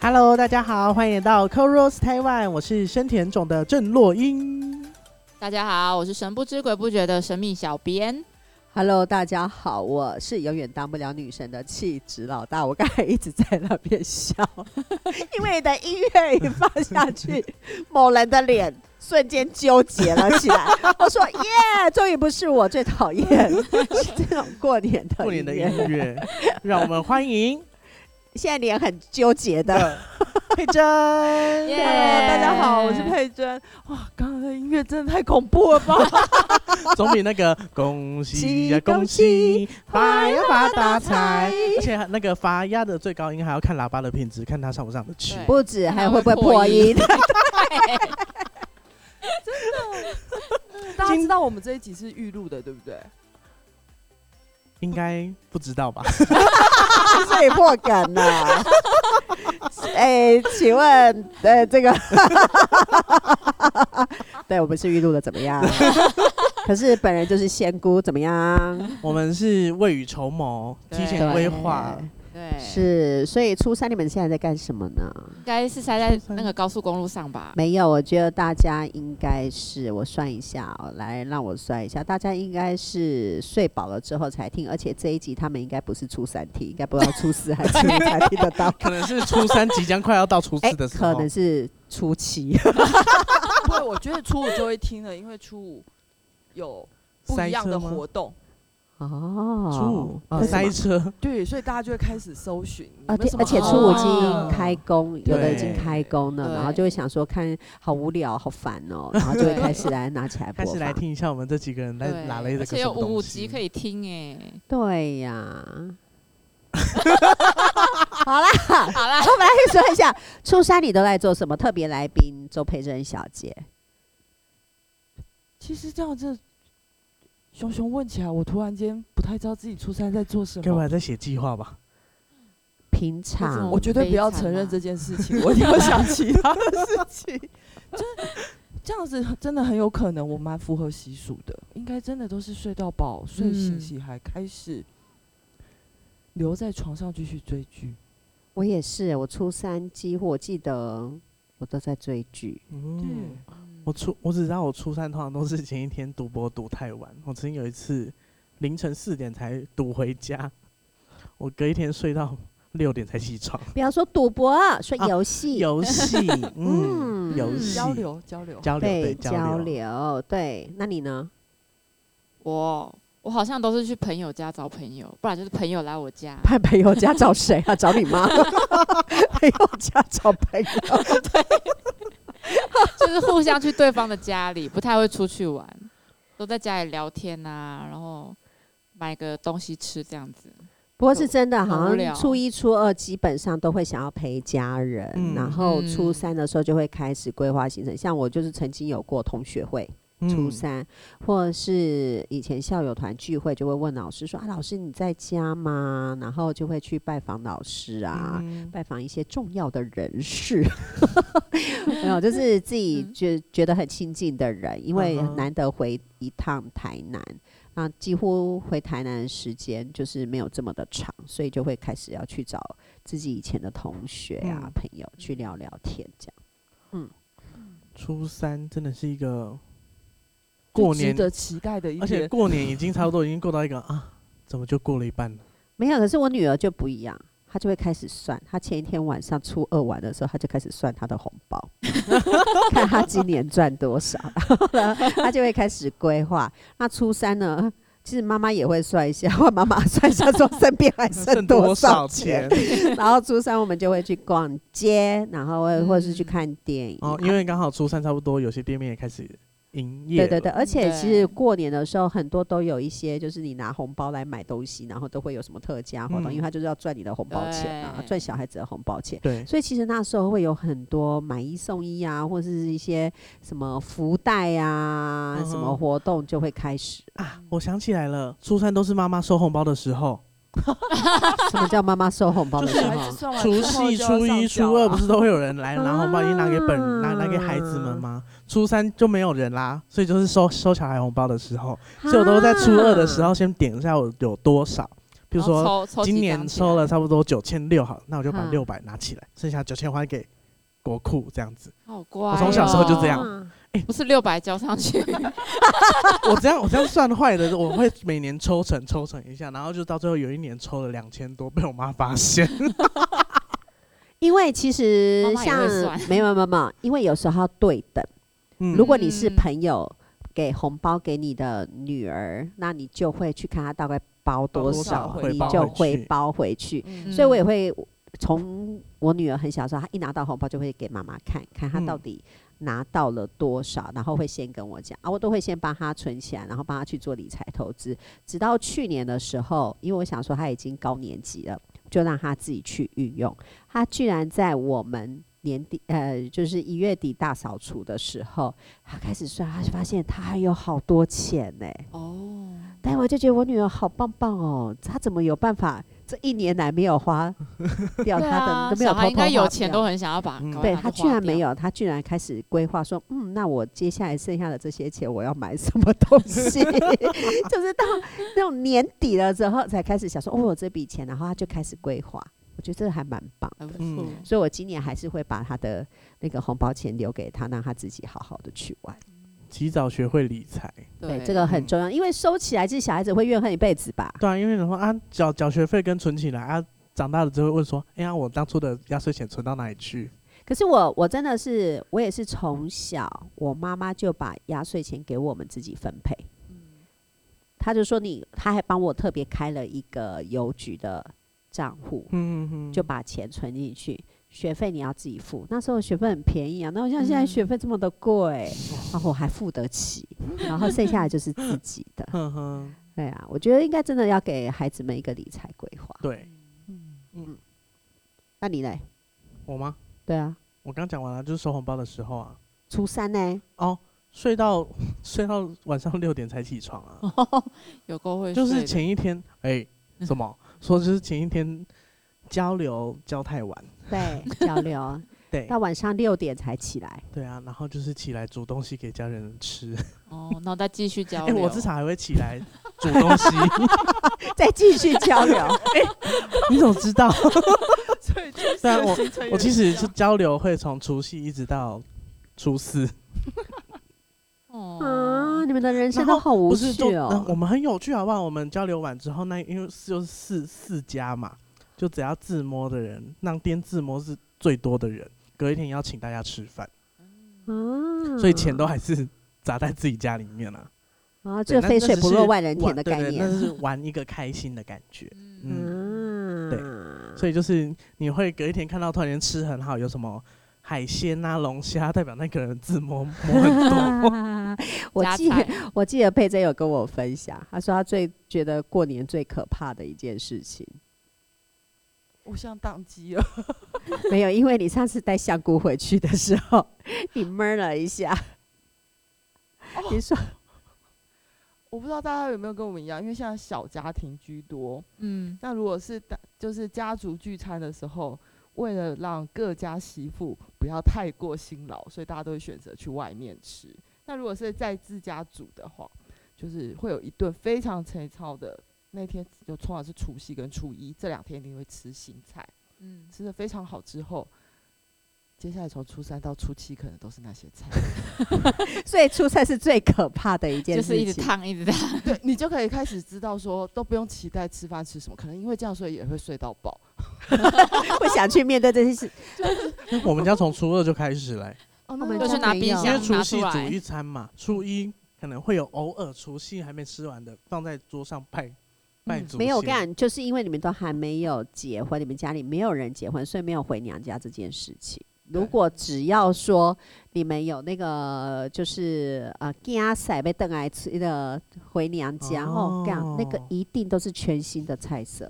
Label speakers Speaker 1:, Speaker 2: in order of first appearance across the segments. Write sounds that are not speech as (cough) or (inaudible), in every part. Speaker 1: Hello，大家好，欢迎来到 c o r o s Taiwan，我是生田种的郑洛英。
Speaker 2: 大家好，我是神不知鬼不觉的神秘小编。
Speaker 3: Hello，大家好，我是永远当不了女神的气质老大。我刚才一直在那边笑，
Speaker 1: (laughs)
Speaker 3: 因为你的音乐一放下去，某人的脸瞬间纠结了
Speaker 1: (laughs)
Speaker 3: 起来。我说耶，终于不是我最讨厌是这种过年的
Speaker 1: 过年的
Speaker 3: 音
Speaker 1: 音
Speaker 3: 乐。
Speaker 1: 乐，让我们欢迎
Speaker 3: 现在脸很纠结
Speaker 1: (laughs)
Speaker 3: 的，
Speaker 1: 的佩珍。
Speaker 2: 耶
Speaker 4: 大家好，我是佩珍。哇，刚刚的音乐真的太恐怖了吧！
Speaker 1: 总比那个恭喜呀
Speaker 3: 恭
Speaker 1: 恭喜
Speaker 3: 喜，
Speaker 1: 发呀发大财
Speaker 3: 财，
Speaker 1: 而且那个发呀的最高音还要看喇叭的品质，看它上不上得去
Speaker 2: 对。
Speaker 3: 不止还会不会
Speaker 2: 还会破
Speaker 3: 破音？
Speaker 4: 大家知道我们这一集是预录的，对不对？
Speaker 1: 应该不知道吧？
Speaker 3: 所以破梗了。 (laughs) 哎、请问，呃，这个，对我们是预录的怎么
Speaker 1: (laughs)
Speaker 3: 样？可是本人就是仙姑，怎么样？
Speaker 1: 我们是未雨绸缪，提前
Speaker 2: 对
Speaker 1: 规划。
Speaker 2: 对，
Speaker 3: 是，所以初三你们现在在干什么呢？
Speaker 2: 应该是塞在那个高速公路上吧？
Speaker 3: 没有，我觉得大家应该是，我算一下哦，来让我算一下，大家应该是睡饱了之后才听，而且这一集他们应该不是初三听，应该不知道初四
Speaker 1: (laughs)，
Speaker 3: 还是初五才听得到
Speaker 1: 可能是初三即将快要到初
Speaker 3: 哎、
Speaker 1: 四的时
Speaker 3: 可
Speaker 1: 候，
Speaker 3: 能是初七。
Speaker 4: 不会，我觉得初五就会听了，因为初五有不一样的活动，
Speaker 3: 哦，
Speaker 1: 初五
Speaker 3: 可是
Speaker 1: 塞车，
Speaker 4: 对，所以大家就会开始搜寻
Speaker 3: 啊，
Speaker 4: 有没
Speaker 3: 对
Speaker 4: 有什，么哦
Speaker 3: 而且
Speaker 4: 好
Speaker 3: 初五已
Speaker 4: 玩
Speaker 3: 经
Speaker 4: 的
Speaker 3: 开工，有的已经
Speaker 1: 对
Speaker 3: 开工了，然后
Speaker 2: 对
Speaker 3: 就会想说看好无聊，好烦哦，然后就会开始来拿起来
Speaker 1: 开
Speaker 3: 播
Speaker 1: 始来
Speaker 3: 放。
Speaker 1: 听一下我们这几个人来
Speaker 2: 对
Speaker 1: 拿了一个
Speaker 2: 而
Speaker 1: 什
Speaker 2: 且有
Speaker 1: 么东
Speaker 2: 五
Speaker 1: 西
Speaker 2: 集可以听哎、
Speaker 3: 对呀，好啦，
Speaker 2: 好啦，
Speaker 3: 我们来说一下初三你都在做什么？特别来宾周佩珍小姐，
Speaker 4: 其实这样子，熊熊问起来，我突然间不太知道自己初三在做什
Speaker 1: 该不
Speaker 4: 么。
Speaker 1: 还在写计划吧？
Speaker 3: 平
Speaker 2: 这
Speaker 3: 常
Speaker 2: 种
Speaker 4: 我绝对不要承认这件事情，我一定要想其他的事 (laughs) 情。真这样子真的很有可能，我蛮符合习俗的，应该真的都是睡到饱，睡醒
Speaker 2: 嗯
Speaker 4: 起还开始留在床上继续追剧。
Speaker 3: 我也是，我初三几乎我记得我都在追剧。
Speaker 1: 嗯，我初我只知道我初三通常都是前一天赌博赌太晚，我曾经有一次凌晨四点才赌回家，我隔一天睡到六点才起床。
Speaker 3: 不要说赌博啊，说
Speaker 1: 啊
Speaker 3: 游戏，
Speaker 1: 游戏，嗯，
Speaker 3: 嗯
Speaker 1: 游戏
Speaker 4: 交流交流，
Speaker 1: 交流
Speaker 3: 对
Speaker 1: 对
Speaker 3: 交
Speaker 1: 流，
Speaker 3: 流，对，那你呢？
Speaker 2: 我我好像都是去朋友家找朋友，不然就是朋友来我家。 (laughs)
Speaker 3: 派朋友家找谁啊？找你妈？ (laughs) 朋友家找朋友？
Speaker 2: 就是互相去对方的家里，不太会出去玩，都在家里聊天啊，然后买个东西吃这样子。
Speaker 3: 不过是真的，
Speaker 2: 很
Speaker 3: 好
Speaker 2: 无聊
Speaker 3: 像初一、初二基本上都会想要陪家人，
Speaker 1: 嗯
Speaker 3: 然后初
Speaker 2: 嗯
Speaker 3: 三的时候就会开始规划行程。像我就是曾经有过同学会，
Speaker 1: 嗯
Speaker 3: 初三，或者是以前校友团聚会，就会问老师说：“啊，老师你在家吗？”然后就会去拜访老师啊。
Speaker 1: 嗯
Speaker 3: 拜访一些重要的人士， (laughs) 没
Speaker 1: (laughs)
Speaker 3: 有，就是自己
Speaker 2: 嗯
Speaker 3: 觉觉得很亲近的人，因为
Speaker 1: 嗯哼
Speaker 3: 难得回一趟台南，那几乎回台南的时间就是没有这么的长，所以就会开始要去找自己以前的同学啊、
Speaker 1: 嗯
Speaker 3: 朋友去聊聊天，这样。
Speaker 1: 初三真的是一个
Speaker 4: 最
Speaker 1: 过
Speaker 4: 值
Speaker 1: 年，
Speaker 4: 得期待的一
Speaker 1: 而且
Speaker 4: 天。
Speaker 1: 过年已经差不多已经过到一个啊，怎么就过了一半了？
Speaker 3: 没有，可是我女儿就不一样，她就会开始算。她前一天晚上初二玩的时候，她就开始算她的红包， (laughs) 看她今年赚多少，然后呢，她就会开始规划。那初三呢？其实妈妈也会算一下， (laughs) 我妈妈算一下说身边还剩多
Speaker 1: 多
Speaker 3: 少钱
Speaker 1: 钱？。
Speaker 3: 然后初三我们就会去逛街，然后会或者是去
Speaker 2: 嗯
Speaker 3: 看电影啊。
Speaker 1: 哦，因为刚好初三差不多，有些店面也开始营业
Speaker 3: 对
Speaker 1: 了。
Speaker 3: 对对，而且其
Speaker 2: 对
Speaker 3: 实过年的时候，很多都有一些，就是你拿红包来买东西，然后都会有什么特价活动，
Speaker 1: 嗯
Speaker 3: 因为他就是要赚你的红包钱啊，
Speaker 2: 对
Speaker 3: 赚小孩子的红包钱。
Speaker 1: 对
Speaker 3: 所以其实那时候会有很多买一送一啊，或者是一些什么福袋啊、
Speaker 1: 嗯哼
Speaker 3: 什么活动就会开始。
Speaker 1: 啊，我想起来了，初三都是妈妈收红包的时候，
Speaker 3: 什么叫妈妈收红包的
Speaker 1: 就是
Speaker 3: 时
Speaker 4: 小孩
Speaker 3: 候
Speaker 4: 子？算完
Speaker 1: 除
Speaker 4: 之后
Speaker 1: 夕、
Speaker 4: 就要
Speaker 1: 初一、
Speaker 4: 上啊
Speaker 1: 初
Speaker 4: 脚
Speaker 1: 二
Speaker 4: 了
Speaker 1: 不是都会有人来拿红包，已经拿给本人拿
Speaker 3: 啊
Speaker 1: 拿给孩子们吗？初三就没有人啦，所以就是收收小孩红包的时候，所以我都在初二的时
Speaker 3: 啊，
Speaker 1: 候先点一下我有多少，比如说
Speaker 2: 然后哦抽抽几
Speaker 1: 今
Speaker 2: 张
Speaker 1: 年
Speaker 2: 起
Speaker 1: 收
Speaker 2: 来
Speaker 1: 了差不多九千六，好，那我就把
Speaker 3: 嗯
Speaker 1: 六百拿起来，剩下九千还给国库这样子。
Speaker 2: 好乖、哦，
Speaker 1: 我从小时候就这样
Speaker 3: 啊
Speaker 2: 不是六百交上去，
Speaker 1: (laughs) 我这样我这样算坏的，我会每年抽成抽成一下，然后就到最后有一年抽了两千多，被我妈发现。
Speaker 3: 因为其实
Speaker 2: 妈妈也
Speaker 3: 像
Speaker 2: 会算
Speaker 3: 没有没有没有，因为有时候要对等。
Speaker 1: 嗯，
Speaker 3: 如果你是
Speaker 2: 嗯
Speaker 3: 朋友给红包给你的女儿，那你就会去看她大概包多
Speaker 4: 多少
Speaker 3: 少，
Speaker 4: 回
Speaker 3: 你
Speaker 4: 包
Speaker 3: 就
Speaker 1: 回
Speaker 3: 会
Speaker 1: 去
Speaker 3: 包回去。
Speaker 4: 嗯
Speaker 3: 所以我也会从我女儿很小的时候，她一拿到红包就会给妈妈看看她
Speaker 1: 嗯
Speaker 3: 到底拿到了多少，然后会先跟我讲啊，我都会先帮她存起来，然后帮她去做理财投资。直到去年的时候，因为我想说她已经高年级了，就让她自己去运用。她居然在我们年底呃，就是一月底大扫除的时候，她开始算，她就发现她还有好多钱呢、
Speaker 2: 哦，
Speaker 3: 但我就觉得我女儿好棒棒哦，她怎么有办法这一年来没
Speaker 2: (laughs)
Speaker 3: 有花掉
Speaker 2: 对
Speaker 3: 她的，
Speaker 2: 啊，
Speaker 3: 都没有
Speaker 2: 小
Speaker 3: 偷偷
Speaker 2: 孩应该
Speaker 3: 花
Speaker 2: 有钱
Speaker 3: 掉
Speaker 2: 都很想要把，
Speaker 1: 嗯
Speaker 2: 搞
Speaker 3: 对
Speaker 2: 把它
Speaker 3: 她居然
Speaker 2: 花掉
Speaker 3: 没，有，她居然开始规划说，嗯，那我接下来剩下的这些钱我要买什么东西？ (laughs) 就是到那种年底了之后才开始想说，哦，我有这笔钱，然后她就开始规划，我觉得这还蛮棒。
Speaker 2: 还不
Speaker 1: 嗯
Speaker 2: 错，
Speaker 3: 所以我今年还是会把她的那个红包钱留给她，让她自己好好的去玩。
Speaker 1: 及早学会理财，
Speaker 3: 对，这个很
Speaker 1: 嗯
Speaker 3: 重要，因为收起来，这小孩子会怨恨一辈子吧。
Speaker 1: 对啊，因为你说啊，缴缴学费跟存起来啊，长大了之后问说，哎呀，我当初的压岁钱存到哪里去？
Speaker 3: 可是我我真的是我也是从小，我妈妈就把压岁钱给我们自己分配。嗯她就说你，她还帮我特别开了一个邮局的账户，
Speaker 1: 嗯嗯。
Speaker 3: 就把钱存进去。学费你要自己付，那时候学费很便宜啊，那我像现在
Speaker 2: 嗯
Speaker 3: 学费这么的贵， (laughs) 然后我还付得起，然后剩下来就是自己的
Speaker 1: 哼哼，
Speaker 3: (laughs) 对啊，我觉得应该真的要给孩子们一个理财规划。
Speaker 1: 对
Speaker 4: 嗯
Speaker 3: 那你嘞？
Speaker 1: 我吗？
Speaker 3: 对啊，
Speaker 1: 我刚讲完了，就是收红包的时候啊，
Speaker 3: 初三呢？
Speaker 1: 哦，睡到睡到晚上六点才起床啊，
Speaker 2: (laughs) 有够会
Speaker 1: 就
Speaker 2: 哦睡
Speaker 1: 是
Speaker 2: 的
Speaker 1: 前一天，哎、什么说就是前一天交流交太晚，
Speaker 3: 对， (laughs) 交流
Speaker 1: 对
Speaker 3: 到晚上六点才起来。
Speaker 1: 对啊，然后就是起来煮东西给家人吃，
Speaker 2: 哦，那我再继续交
Speaker 1: 哎、
Speaker 2: 流，
Speaker 1: 我
Speaker 4: 哦
Speaker 1: 至少还会起来煮东西，
Speaker 3: (laughs) 再继续交 (laughs) 流。
Speaker 1: (laughs) 你怎么知道？
Speaker 4: (laughs) 所以就是
Speaker 1: 对啊我
Speaker 4: 行程有
Speaker 1: 我其
Speaker 4: 点
Speaker 1: 实
Speaker 4: 像
Speaker 1: 是交流会从除夕一直到初四，
Speaker 2: 哦
Speaker 3: 啊，，你们的人生
Speaker 1: 哦然
Speaker 3: 都
Speaker 1: 后
Speaker 3: 好无
Speaker 1: 不是就、
Speaker 3: 趣
Speaker 1: 嗯我
Speaker 3: 哦。
Speaker 1: 们很有趣好不好？我们交流完之后，那因为就是四四家嘛，就只要自摸的人，让颠自摸是最多的人，隔一天要请大家吃饭，
Speaker 3: 啊，
Speaker 1: 所以钱都还是砸在自己家里面了、啊。
Speaker 3: 啊，
Speaker 1: 对
Speaker 3: 这
Speaker 1: 那
Speaker 3: 肥
Speaker 1: 那
Speaker 3: 水
Speaker 1: 只
Speaker 3: 不
Speaker 1: 是
Speaker 3: 落外人田
Speaker 1: 玩
Speaker 3: 的
Speaker 1: 对
Speaker 3: 概
Speaker 1: 对
Speaker 3: 念。
Speaker 1: 那是玩一个开心的感觉。嗯，
Speaker 3: 嗯，
Speaker 1: 对所以就是你会隔一天看到突然间吃很好，有什么海鲜啊、龙虾，代表那个人自摸摸很多。
Speaker 3: 啊 (laughs) 我
Speaker 2: 加
Speaker 3: 记
Speaker 2: 菜
Speaker 3: 我记得佩珍有跟我分享，她说她最觉得过年最可怕的一件事情，
Speaker 4: 我像宕机了， (laughs)
Speaker 3: 没有，因为你上次带香菇回去的时候，你闷了一下，
Speaker 1: 哦
Speaker 3: 你说
Speaker 4: 我不知道大家有没有跟我们一样，因为现在小家庭居多，
Speaker 2: 嗯，
Speaker 4: 那如果是大就是家族聚餐的时候，为了让各家媳妇不要太过辛劳，所以大家都会选择去外面吃。那如果是在自家煮的话，就是会有一顿非常粗糙的。那天就通常是除夕跟初一这两天，一定会吃新菜，
Speaker 2: 嗯，
Speaker 4: 吃的非常好之后，接下来从初三到初七可能都是那些菜。
Speaker 3: 所以出差是最可怕的一件
Speaker 2: 就
Speaker 3: 事
Speaker 2: 是
Speaker 3: 情，
Speaker 2: 一直烫一直烫，
Speaker 4: 对你就可以开始知道说，都不用期待吃饭吃什么，可能因为这样，所以也会睡到饱。
Speaker 3: 不想去面对这些事。
Speaker 1: 我们家从初二就开始了欸、
Speaker 4: 哦，
Speaker 3: 那
Speaker 2: 就
Speaker 3: 家
Speaker 2: 是拿
Speaker 3: 没
Speaker 2: 冰
Speaker 3: 有
Speaker 1: 因
Speaker 2: 箱
Speaker 1: 为除
Speaker 2: 拿出
Speaker 1: 夕煮
Speaker 2: 来
Speaker 1: 一，餐嘛，初一可能会有偶尔除夕还没吃完的放在桌上
Speaker 2: 嗯
Speaker 1: 拜拜祖先。
Speaker 3: 没有，我跟你讲，就是因为你们都还没有结婚，你们家里没有人结婚，所以没有回娘家这件事情。如
Speaker 4: 对
Speaker 3: 果只要说你们有那个就是呃家塞被邓来吃的回娘家哦，干、那个
Speaker 1: 哦
Speaker 3: 一定都是全新的菜色，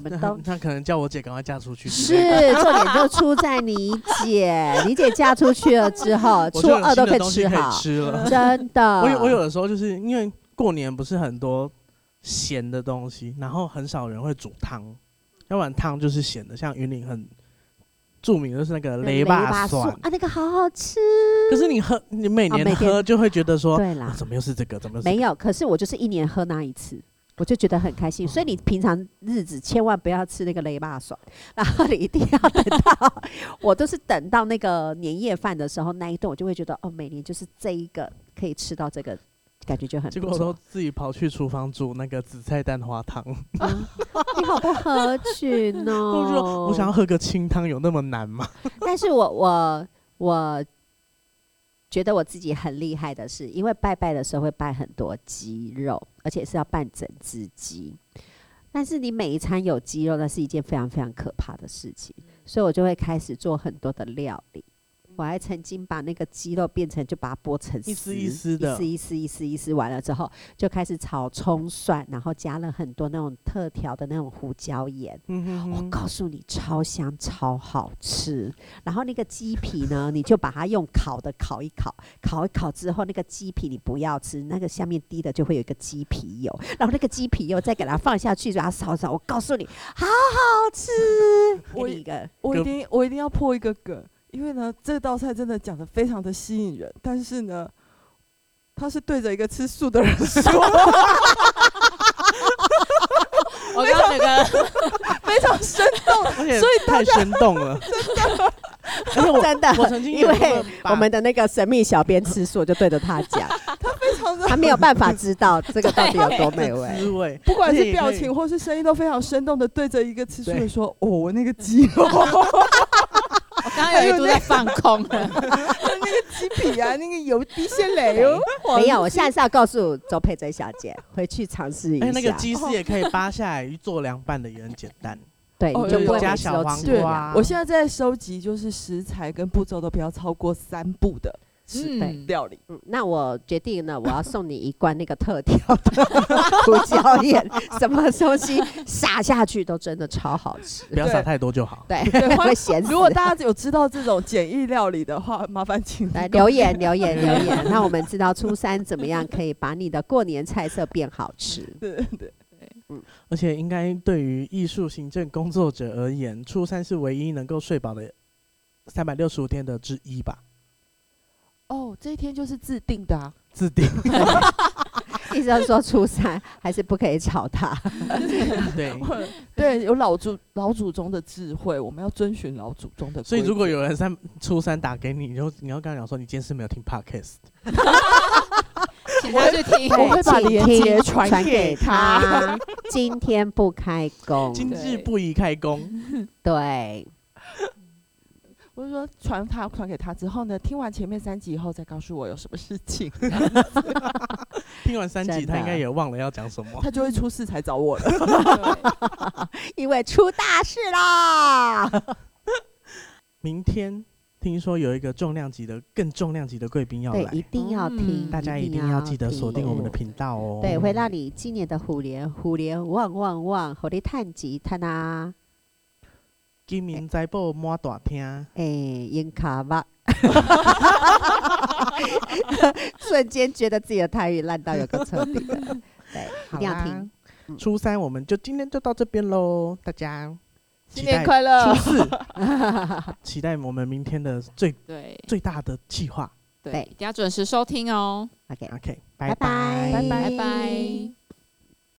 Speaker 1: (laughs)
Speaker 3: 们
Speaker 1: 那
Speaker 3: 都。
Speaker 1: 那可能叫我姐赶快嫁出去之
Speaker 3: 是，
Speaker 1: 类的。
Speaker 3: 重点就出在你姐，你姐嫁出去了之后，
Speaker 1: 我
Speaker 3: 初
Speaker 1: 就有
Speaker 3: 二都
Speaker 1: 新的
Speaker 3: 以
Speaker 1: 东西
Speaker 3: 吃
Speaker 1: 可以
Speaker 3: 好，
Speaker 1: 吃了。
Speaker 3: (laughs) 真的。
Speaker 1: (laughs) 我有我有的时候就是因为过年不是很多咸的东西，然后很少人会煮汤，要不然汤就是咸的，像云岭很著名的就是那个
Speaker 3: 那
Speaker 1: 雷霸蒜，
Speaker 3: 啊，那个好好吃。
Speaker 1: 可是你喝你每
Speaker 3: 哦
Speaker 1: 年
Speaker 3: 每天
Speaker 1: 喝就会觉得说，
Speaker 3: 对啦
Speaker 1: 啊，怎么又是这个，怎么又是这
Speaker 3: 没
Speaker 1: 个
Speaker 3: 有，可是我就是一年喝那一次，我就觉得很开心。
Speaker 1: 哦
Speaker 3: 所以你平常日子千万不要吃那个雷霸爽，然后你一定要等到，我都是等到那个年夜饭的时候那一顿，我就会觉得哦，每年就是这一个可以吃到这个，感觉就很
Speaker 1: 结
Speaker 3: 不
Speaker 1: 果我
Speaker 3: 错
Speaker 1: 都自己跑去厨房煮那个紫菜蛋花汤。
Speaker 3: 嗯你好不合群
Speaker 1: (laughs) 我就
Speaker 3: 哦！
Speaker 1: 说我想要喝个清汤，有那么难吗？
Speaker 3: 但是我我我觉得我自己很厉害的是，因为拜拜的时候会拜很多鸡肉，而且是要拜整只鸡。但是你每一餐有鸡肉，那是一件非常非常可怕的事情，
Speaker 1: 嗯
Speaker 3: 所以我就会开始做很多的料理。我还曾经把那个鸡肉变成，就把它剥成
Speaker 1: 一丝
Speaker 3: 丝
Speaker 1: 一丝的
Speaker 3: 一丝一丝一丝一丝，完了之后就开始炒葱蒜，然后加了很多那种特调的那种胡椒盐，
Speaker 1: 嗯哼
Speaker 3: 我
Speaker 1: 哼
Speaker 3: 告诉你，超香，超好吃。然后那个鸡皮呢，你就把它用烤的烤一烤，烤一烤之后，那个鸡皮你不要吃，那个下面滴的就会有一个鸡皮油，然后那个鸡皮油再给它放下去，把它烧烧。我告诉你，好
Speaker 2: (laughs)
Speaker 3: 好吃。给
Speaker 4: 我
Speaker 3: 你一个，
Speaker 4: 我一
Speaker 1: 跟
Speaker 4: 定我一定要破一个梗，因为呢，这道菜真的讲的非常的吸引人，但是呢，他是对着一个吃素的人 (laughs) 说，
Speaker 2: 我刚刚那
Speaker 3: (laughs)
Speaker 2: 个
Speaker 4: 非常生动。
Speaker 1: 而且太生动了，而且我
Speaker 3: (laughs) 真的，
Speaker 1: 我曾经
Speaker 3: 因
Speaker 1: 有一
Speaker 3: 为
Speaker 1: 个把
Speaker 3: 我们的那个神秘小编吃素，就对着他
Speaker 4: (laughs)
Speaker 3: 讲，
Speaker 4: 非常的
Speaker 3: 他没有办法知道这
Speaker 4: (laughs) 啊
Speaker 3: 个到底有多美
Speaker 1: 的滋
Speaker 3: 味。
Speaker 1: 味，
Speaker 4: 不管
Speaker 1: 而且
Speaker 4: 是
Speaker 1: 也
Speaker 4: 表
Speaker 1: 可以
Speaker 4: 情或是声音都非常生动的对着一个吃素的
Speaker 1: 对
Speaker 4: 说：“哦，我那个鸡 (laughs) 肉，
Speaker 2: 我刚刚有一度在放空
Speaker 3: (laughs)
Speaker 2: 了，
Speaker 4: 那个鸡皮啊，那个油滴下来哦。
Speaker 3: 没有，我下次要告诉周佩珍小姐，回去尝试一
Speaker 1: 而且
Speaker 3: 下。
Speaker 1: 哎
Speaker 3: 哦
Speaker 1: 那个鸡丝也可以扒下来做凉拌的，也很简单。
Speaker 3: 对，
Speaker 4: 哦
Speaker 3: 你就
Speaker 4: 有
Speaker 3: 不会
Speaker 1: 加
Speaker 3: 每次
Speaker 1: 小
Speaker 3: 都
Speaker 1: 黄
Speaker 3: 吃
Speaker 1: 对
Speaker 3: 不
Speaker 1: 瓜
Speaker 3: 了
Speaker 4: (laughs) 我现在在收集，就是食材跟步骤都不要超过三步的
Speaker 2: 嗯，
Speaker 4: 料理。
Speaker 3: 嗯，那我决定了，我要送你一罐那个特调的 (laughs) 胡椒盐，什么东西撒下去都真的超好吃。
Speaker 1: 不要
Speaker 4: 对
Speaker 1: 撒太多就好。
Speaker 3: 对， (laughs)
Speaker 4: 对欢
Speaker 3: 会咸死
Speaker 4: 如。果大家有知道这种简易料理的话，麻烦请
Speaker 3: 来
Speaker 4: 跟
Speaker 3: 留言留言留言，让我们知道初三怎么样可以把你的过年菜色变好吃。
Speaker 4: 对对对，
Speaker 1: 而且应该对于艺术行政工作者而言，初三是唯一能够睡饱的三百六十五天的之一吧。
Speaker 4: 哦，这一天就是自定的啊，
Speaker 1: 自定
Speaker 3: 医生说初三还是不可以吵
Speaker 1: (laughs)
Speaker 3: 他，
Speaker 1: 对，
Speaker 4: (laughs) 对，有老祖老祖宗的智慧，我们要遵循老祖宗的规则。
Speaker 1: (laughs) 所以如果有人三初三打给你，你就你要跟他讲说你今天是没有听 podcast，
Speaker 2: 请他去听，
Speaker 4: 我会把
Speaker 3: 请
Speaker 4: 链
Speaker 3: 听
Speaker 4: 接传
Speaker 3: 传
Speaker 4: 给
Speaker 3: 给他。今天不开工，
Speaker 1: 今日
Speaker 2: 对
Speaker 1: 不宜开工。
Speaker 3: 对，
Speaker 4: 我就说传他传给他之后呢，听完前面三集以后再告诉我有什么事 (laughs) 情，
Speaker 1: 听完三集，
Speaker 3: 真的
Speaker 1: 他应该也忘了要讲什
Speaker 4: (laughs)
Speaker 1: 么。
Speaker 4: 他就会出事才找我 (laughs) 了。
Speaker 2: 对
Speaker 3: 因为出大事啦。
Speaker 1: 明天听说有一个重量级的、更重量级的贵宾要
Speaker 3: 对，
Speaker 1: 来
Speaker 3: 一，定要听，
Speaker 2: 嗯
Speaker 1: 大家一定要记得锁定我们的频道哦。
Speaker 3: 对，会让你今年的虎年虎年旺旺旺，虎年探吉探啊，
Speaker 1: 金明财宝满大厅，
Speaker 3: 诶，烟卡吧。 (laughs) 瞬间觉得自己的台语烂到有个彻底了，对，一
Speaker 1: 好
Speaker 3: 定要
Speaker 1: 啦
Speaker 3: 听。嗯
Speaker 1: 初三我们就今天就到这边喽，大家
Speaker 4: 新
Speaker 1: 期
Speaker 4: 年
Speaker 1: 待
Speaker 4: 快
Speaker 1: 初！
Speaker 4: 乐
Speaker 1: 四，
Speaker 3: (laughs)
Speaker 1: 期待我们明天的最
Speaker 2: 对
Speaker 1: 最大的计划。
Speaker 2: 对
Speaker 3: 对，
Speaker 2: 一定要准时收听哦，
Speaker 3: OK，
Speaker 1: OK，
Speaker 3: 拜拜
Speaker 2: 拜拜。